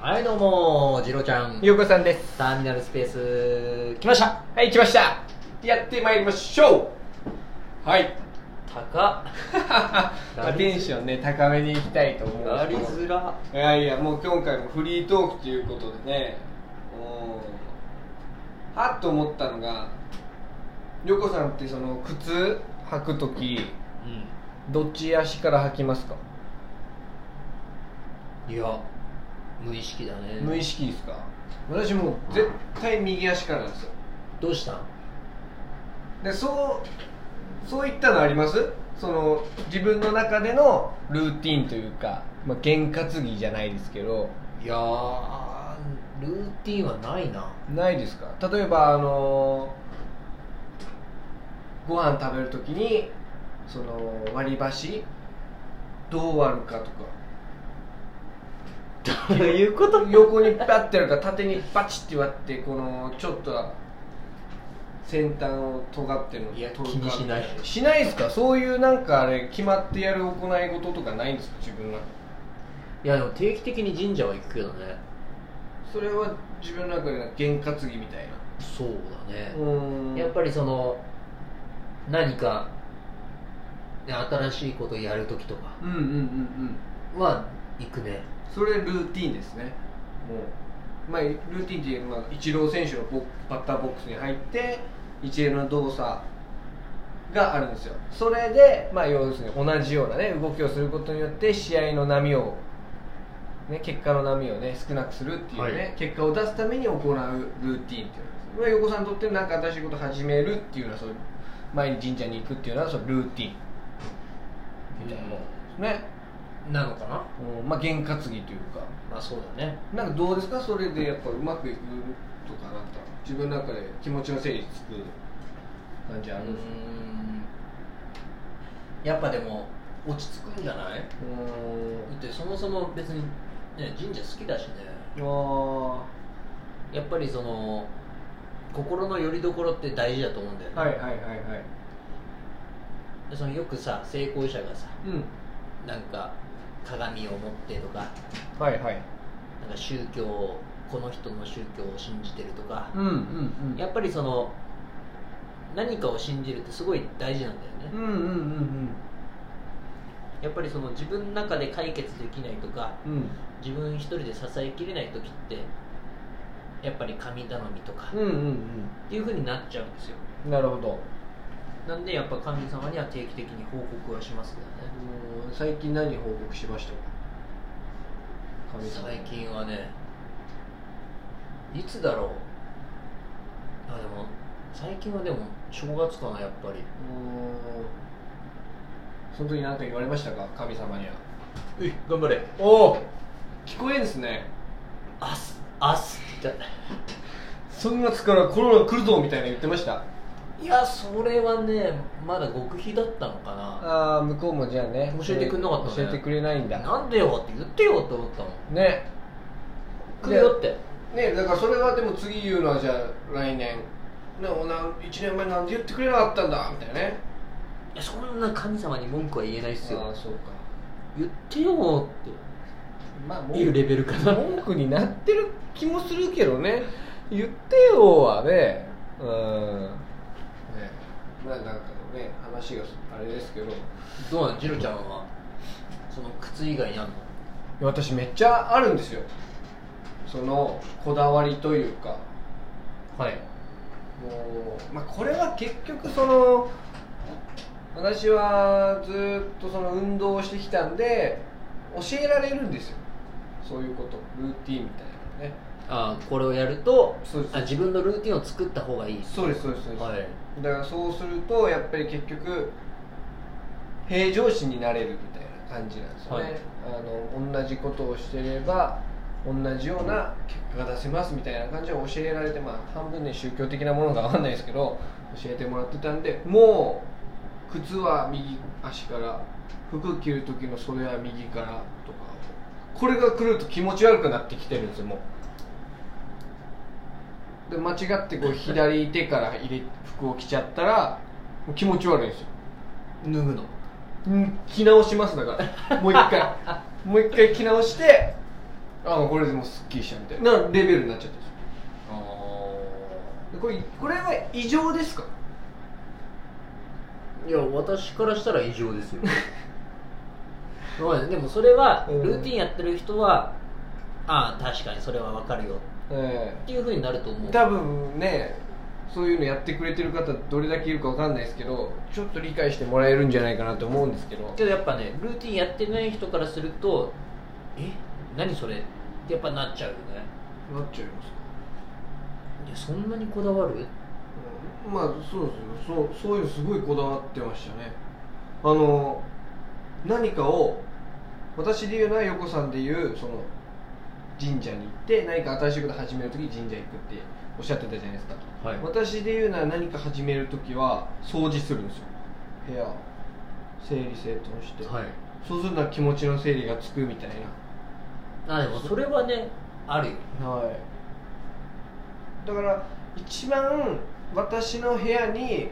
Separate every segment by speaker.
Speaker 1: はいどうもジロちゃん
Speaker 2: ゆうこさんです。
Speaker 1: ターミナルスペース来ました
Speaker 2: はい、来ました。やってまいりましょう。はい。
Speaker 1: 高
Speaker 2: まあテンションね、高めに行きたいと思う
Speaker 1: っ
Speaker 2: ん
Speaker 1: やり
Speaker 2: ですけ
Speaker 1: づら
Speaker 2: ど。いやいや、もう今回もフリートークということでね。うん。はっと思ったのが。ゆうこさんって、その靴履くとき。
Speaker 1: う
Speaker 2: どっち足から履きますか。
Speaker 1: んいや無意識だね
Speaker 2: 無意識ですか。私もう絶対右足からなんですよ。
Speaker 1: どうしたん
Speaker 2: でそうそういったのありますその自分の中でのルーティンというか、まあ、験担ぎじゃないですけど
Speaker 1: いやールーティンはない な
Speaker 2: ないですか例えばあのご飯食べるときにその割り箸どう割るかとか
Speaker 1: どういうこと
Speaker 2: 横にパッてやるか縦にバチって割ってこのちょっと先端を尖ってるの
Speaker 1: いや
Speaker 2: 取
Speaker 1: 気
Speaker 2: るか
Speaker 1: にしない
Speaker 2: しないですかそういうなんかあれ決まってやる行い事とかないんですか自分の中
Speaker 1: い
Speaker 2: で
Speaker 1: やでも定期的に神社は行くけどね
Speaker 2: それは自分の中では験担ぎみたい
Speaker 1: そうだね
Speaker 2: な、うん
Speaker 1: やっぱりその何かね新しいことやるときとか
Speaker 2: うんうんうんうん
Speaker 1: は行くね
Speaker 2: それルーティンですねもう、まあ、ルーティンっていうのはイチロー選手のボバッターボックスに入って一連の動作があるんですよそれで、まあ、要するに同じような、ね、動きをすることによって試合の波を、ね、結果の波を、ね、少なくするっていうね、
Speaker 1: はい
Speaker 2: 結果を出すために行うルーティンっていうのこれ横さんにとって何か新しいことを始めるっていうのはそう前に神社に行くっていうのはそのルーティンみたいなもんですね、
Speaker 1: なのかな
Speaker 2: うんまあ、験担ぎというか
Speaker 1: まあそうだね
Speaker 2: なんかどうですかそれでやっぱうまくいくとかなんか自分の中で気持ちの整理つく感じあるんですか
Speaker 1: やっぱでも落ち着くんじゃないうだってそもそも別に、ね、神社好きだしね
Speaker 2: ーんあ
Speaker 1: やっぱりその心の拠り所って大事だと思うんだよね、
Speaker 2: ーはいはいはいはい
Speaker 1: でそのよくさ成功者がさ
Speaker 2: うん
Speaker 1: なんか鏡を持ってとか
Speaker 2: はいはい
Speaker 1: なんか宗教をこの人の宗教を信じてるとか、
Speaker 2: うんうんうん
Speaker 1: やっぱりその何かを信じるってすごい大事なんだよね、
Speaker 2: うんうんうん
Speaker 1: やっぱりその自分の中で解決できないとか
Speaker 2: うんうん
Speaker 1: 自分一人で支えきれない時ってやっぱり神頼みとか
Speaker 2: うんうん
Speaker 1: っていう風になっちゃうんですよ
Speaker 2: うんなるほど
Speaker 1: なんでやっぱ神様には定期的に報告はしますけどね
Speaker 2: うーん最近何報告しましたか神様
Speaker 1: 最近はねいつだろうあでも最近はでも正月かなやっぱり
Speaker 2: うーんその時何か言われましたか神様には
Speaker 1: うい頑張れ
Speaker 2: おお聞こえんですね
Speaker 1: あすあすって
Speaker 2: 3月からコロナ来るぞみたいな言ってました
Speaker 1: いやそれはねまだ極秘だったのかな
Speaker 2: ああ向こうもじゃあね
Speaker 1: 教えてくんなかったね
Speaker 2: 教えてくれないんだ
Speaker 1: なんでよって言ってよって思ったもん
Speaker 2: ね
Speaker 1: 来るよって
Speaker 2: ねだからそれはでも次言うのはじゃあ来年ねおなん1年前なんで言ってくれなかったんだみたいなね
Speaker 1: いやそんな神様に文句は言えないっすよ
Speaker 2: そうか
Speaker 1: 言ってよ
Speaker 2: まあ
Speaker 1: っていうレベルかな
Speaker 2: 文句になってる気もするけどね言ってよはねうんねまあなんかね話があれですけど
Speaker 1: どうなんジロちゃんはその靴以外にあんの
Speaker 2: 私めっちゃあるんですよそのこだわりというか
Speaker 1: はい
Speaker 2: もう、まあ、これは結局その私はずーっとその運動をしてきたんで教えられるんですよそういうことルーティンみたいなのね
Speaker 1: あこれをやると
Speaker 2: そうです
Speaker 1: あ自分のルーティンを作った方がいい
Speaker 2: そうですそうですそうです、
Speaker 1: はい
Speaker 2: だからそうするとやっぱり結局平常心になれるみたいな感じなんですよね、
Speaker 1: はい
Speaker 2: あの同じことをしてれば同じような結果が出せますみたいな感じで教えられて、まあ、半分ね宗教的なものが分かんないですけど教えてもらってたんでもう靴は右足から服着る時の袖は右からとかこれが来ると気持ち悪くなってきてるんですよもうで間違ってこ う左手から入れ服を着ちゃったらもう気持ち悪いんですよ
Speaker 1: 脱ぐの
Speaker 2: うん着直しますだからもう一回もう一回着直してあもうこれでもうすっきりしたみたいなレベルになっちゃったんですよ
Speaker 1: あ
Speaker 2: でこれこれは異常ですか
Speaker 1: ーいや私からしたら異常です よまあでもそれは
Speaker 2: うん
Speaker 1: ルーティンやってる人は、ああ確かにそれは分かるよ
Speaker 2: え
Speaker 1: っていうふうになると
Speaker 2: え
Speaker 1: 思う
Speaker 2: 多分ねそういうのやってくれてる方どれだけいるかわかんないですけどちょっと理解してもらえるんじゃないかなと思うんですけど
Speaker 1: けどやっぱねルーティンやってない人からするとえ何それってやっぱなっちゃうよね
Speaker 2: なっちゃいますか
Speaker 1: いやそんなにこだわる
Speaker 2: うんまあそうですよそうそういうのすごいこだわってましたねあの何かを私で言うのは横さんで言うその神社に行って何か新しいこと始める時神社行くっておっしゃってたじゃないですか
Speaker 1: はい
Speaker 2: 私で言うなら何か始める時は掃除するんですよ部屋を整理整頓して、
Speaker 1: はい
Speaker 2: そうするのは気持ちの整理がつくみたい
Speaker 1: あでもそれはねあるよ
Speaker 2: なはいだから一番私の部屋に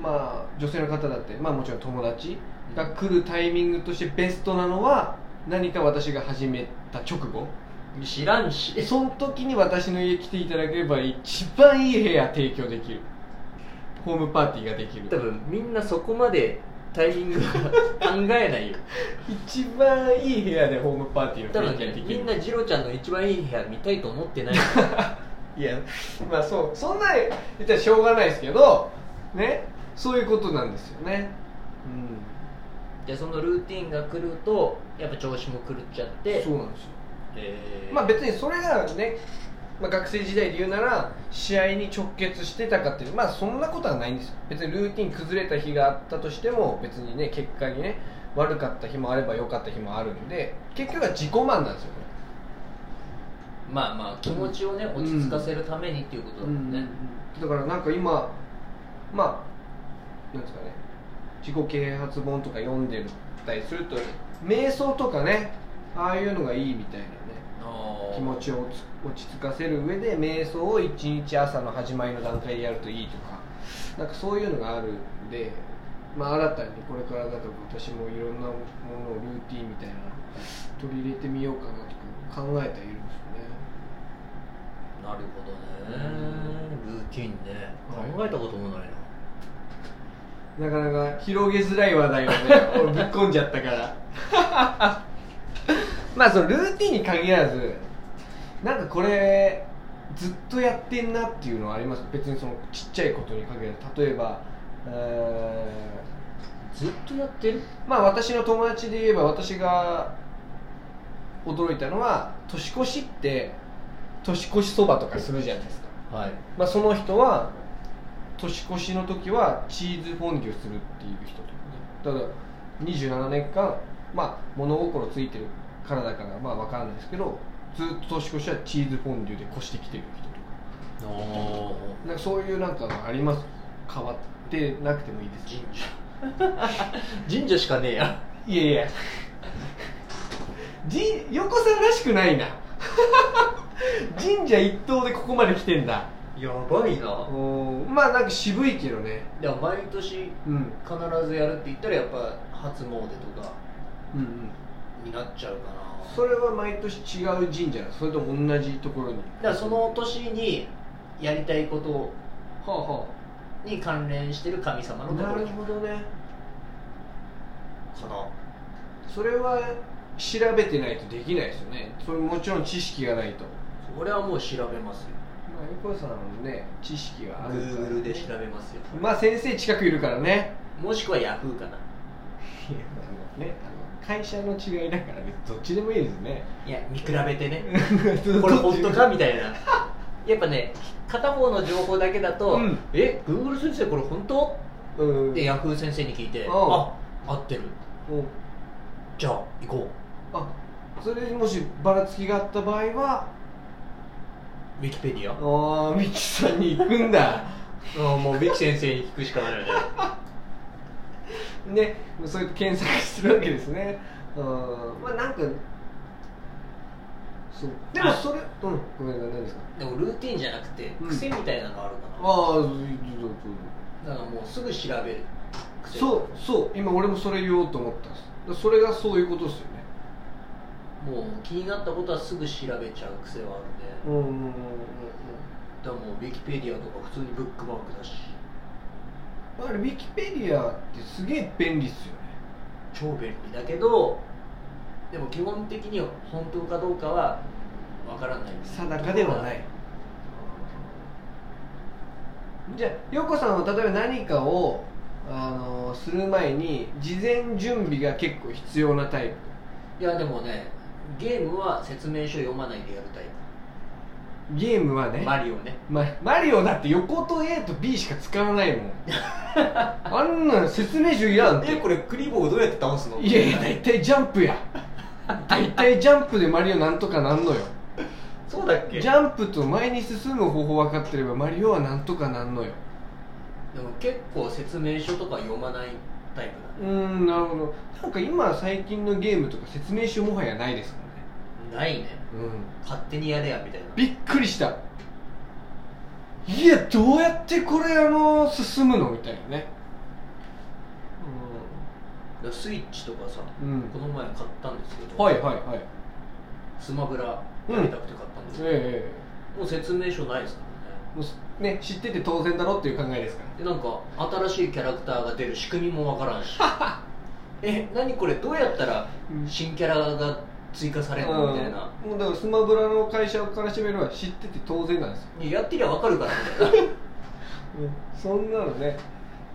Speaker 2: まあ女性の方だってまあもちろん友達が来るタイミングとしてベストなのは何か私が始めた直後
Speaker 1: 知らん
Speaker 2: え
Speaker 1: し
Speaker 2: その時に私の家来ていただければ一番いい部屋提供できるホームパーティーができる
Speaker 1: 多分みんなそこまでタイミン グは考えないよ
Speaker 2: 一番いい部屋でホームパーティー
Speaker 1: 多
Speaker 2: の
Speaker 1: 分
Speaker 2: 提供
Speaker 1: ね
Speaker 2: でき
Speaker 1: みん
Speaker 2: る
Speaker 1: なジロちゃんの一番いい部屋見たいと思 ってない
Speaker 2: いやまあそうそんなん言ったらしょうがないですけどねそういうことなんですよね
Speaker 1: でそのルーティンが来るとやっぱ調子も狂っちゃっ
Speaker 2: うん
Speaker 1: て
Speaker 2: そうなんですよ
Speaker 1: えー
Speaker 2: まあ別にそれがね、まあ、学生時代で言うなら試合に直結してたかっていうまあそんなことはないんですよ別にルーティン崩れた日があったとしても別にね結果にね悪かった日もあれば良かった日もあるんで結局は自己満なんですよね
Speaker 1: まあまあ気持ちをね落ち着かせるためにっていうことだもんね、
Speaker 2: だからなんか今まあなんですかね自己啓発本とか読んでたりすると瞑想とかねああいうのがいいみたいなね
Speaker 1: あー
Speaker 2: 気持ちを落ち落ち着かせる上で瞑想を一日朝の始まりの段階でやるといいとかなんかそういうのがあるんで、まあ、新たにこれからだと私もいろんなものをルーティンみたいなの取り入れてみようかなとか考えてはいるんですよね。
Speaker 1: なるほどねルーティンね
Speaker 2: はい
Speaker 1: 考えたこともないな、
Speaker 2: なかなか広げづらい話題をね俺ぶっ込んじゃったからまあそのルーティンに限らずなんかこれずっとやってんなっていうのはあります別にそのちっちゃいことに限らず例えばうー
Speaker 1: ずっとやってる
Speaker 2: んまあ私の友達で言えば私が驚いたのは年越しって年越しそばとかするじゃないですか
Speaker 1: はい
Speaker 2: まあ、その人は年越しの時はチーズフォンデュするっていう人とかねただ27年間、まあ、物心ついてるからだからまあ分からないですけどずっと年越しはチーズフォンデュで越してきてる人とか
Speaker 1: おお
Speaker 2: なんかそういうなんかがあります変わってなくてもいいです
Speaker 1: 神社神社しかねえや
Speaker 2: いやいやじ横さんらしくないな神社一頭でここまで来てんだ
Speaker 1: やばいな
Speaker 2: おーまあなんか渋いけどね
Speaker 1: でも毎年
Speaker 2: うん
Speaker 1: 必ずやるって言ったらやっぱ初詣とか
Speaker 2: うんうん
Speaker 1: になっちゃうかな
Speaker 2: それは毎年違う神社なのそれとも同じところに
Speaker 1: だからその年にやりたいこと
Speaker 2: はあは
Speaker 1: に関連してる神様のと
Speaker 2: な
Speaker 1: ころ
Speaker 2: る
Speaker 1: か
Speaker 2: ほどね
Speaker 1: な
Speaker 2: それは調べてないとできないですよねそれもちろん知識がないと
Speaker 1: これはもう調べますよ
Speaker 2: まあ横井さんもね知識があるから、
Speaker 1: Google で調べますよ
Speaker 2: まあ先生近くいるからね
Speaker 1: もしくは Yahoo かない
Speaker 2: やあのねあの会社の違いだからねどっちでもいいです ね
Speaker 1: いや見比べてねこ
Speaker 2: こ
Speaker 1: れ本当かみたいなやっぱね片方の情報だけだと「
Speaker 2: うん
Speaker 1: え Google 先生これ本当?」
Speaker 2: うん
Speaker 1: で Yahoo 先生に聞いて「
Speaker 2: うん
Speaker 1: あ合ってる
Speaker 2: うん
Speaker 1: じゃあ行こ
Speaker 2: あそれにもしばらつきがあった場合は
Speaker 1: う」Wikipedia
Speaker 2: ああミキさんに行くんだ
Speaker 1: ああもうビキ先生に聞くしかないよね
Speaker 2: ね、そうやって検索するわけですね。うん、まあなんか、そう。でも
Speaker 1: あ
Speaker 2: それ、うん、ごめんなさい、何ですか。
Speaker 1: でもルーティンじゃなくて
Speaker 2: うん
Speaker 1: 癖みたいなのあるか
Speaker 2: ああ、
Speaker 1: な、
Speaker 2: そう
Speaker 1: だからもうすぐ調べる癖
Speaker 2: そうそう、そう、今俺もそれ言おうと思ったんです。だからそれがそういうことですよね。
Speaker 1: もう気になったことはすぐ調べちゃう癖はあるんで、
Speaker 2: うんうんうんうんうん
Speaker 1: だからもうウィキペディアとか普通にブックマークだし
Speaker 2: あれウィキペディアってすげえ便利っすよね
Speaker 1: 超便利だけどでも基本的には本当かどうかはわからない
Speaker 2: 定かではないじゃあ陽子さんは例えば何かをあのする前に事前準備が結構必要なタイプ
Speaker 1: いやでもねゲームは説明書読まないでやるタイ
Speaker 2: ゲームは
Speaker 1: プ
Speaker 2: ね、
Speaker 1: マリオね
Speaker 2: まマリオだって横と A と B しか使わないもんあんなの説明書いらんって
Speaker 1: れクリボーどうやって倒すの
Speaker 2: いやいや大体ジャンプや大体ジャンプでマリオなんとかなんのよ
Speaker 1: そうだっけ
Speaker 2: ジャンプと前に進む方法分かってればマリオはなんとかなんのよ
Speaker 1: でも結構説明書とか読まないタイプ
Speaker 2: うーんなるほどなんか今最近のゲームとか説明書もはやないですもんね
Speaker 1: だないね
Speaker 2: うん
Speaker 1: 勝手にやれやみたいな
Speaker 2: びっくりしたいやどうやってこれあの進むのみたいなね
Speaker 1: だからスイッチとかさ
Speaker 2: うん、
Speaker 1: この前買ったんですけど、
Speaker 2: はいはいはい
Speaker 1: スマブラやりたくて買ったんですけど、
Speaker 2: え
Speaker 1: もう説明書ないですからね
Speaker 2: えもうすね知ってて当然だろっていう考えですか
Speaker 1: でなんか新しいキャラクターが出る仕組みもわからんしえ何これどうやったら
Speaker 2: ら、うん
Speaker 1: 新キャラが追加されるのみたいな、
Speaker 2: もうだからスマブラの会社からしてみれば知ってて当然なんですよ、
Speaker 1: いややってりゃわかるからみたいな
Speaker 2: そんなのね、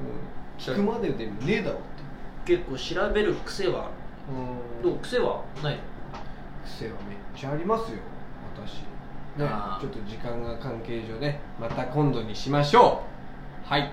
Speaker 2: うん、聞くまででもねえだろって
Speaker 1: 結構調べる癖はある
Speaker 2: う
Speaker 1: どう癖はない
Speaker 2: 癖はめっちゃありますよ私ね
Speaker 1: あー
Speaker 2: ちょっと時間が関係上ねまた今度にしましょうはい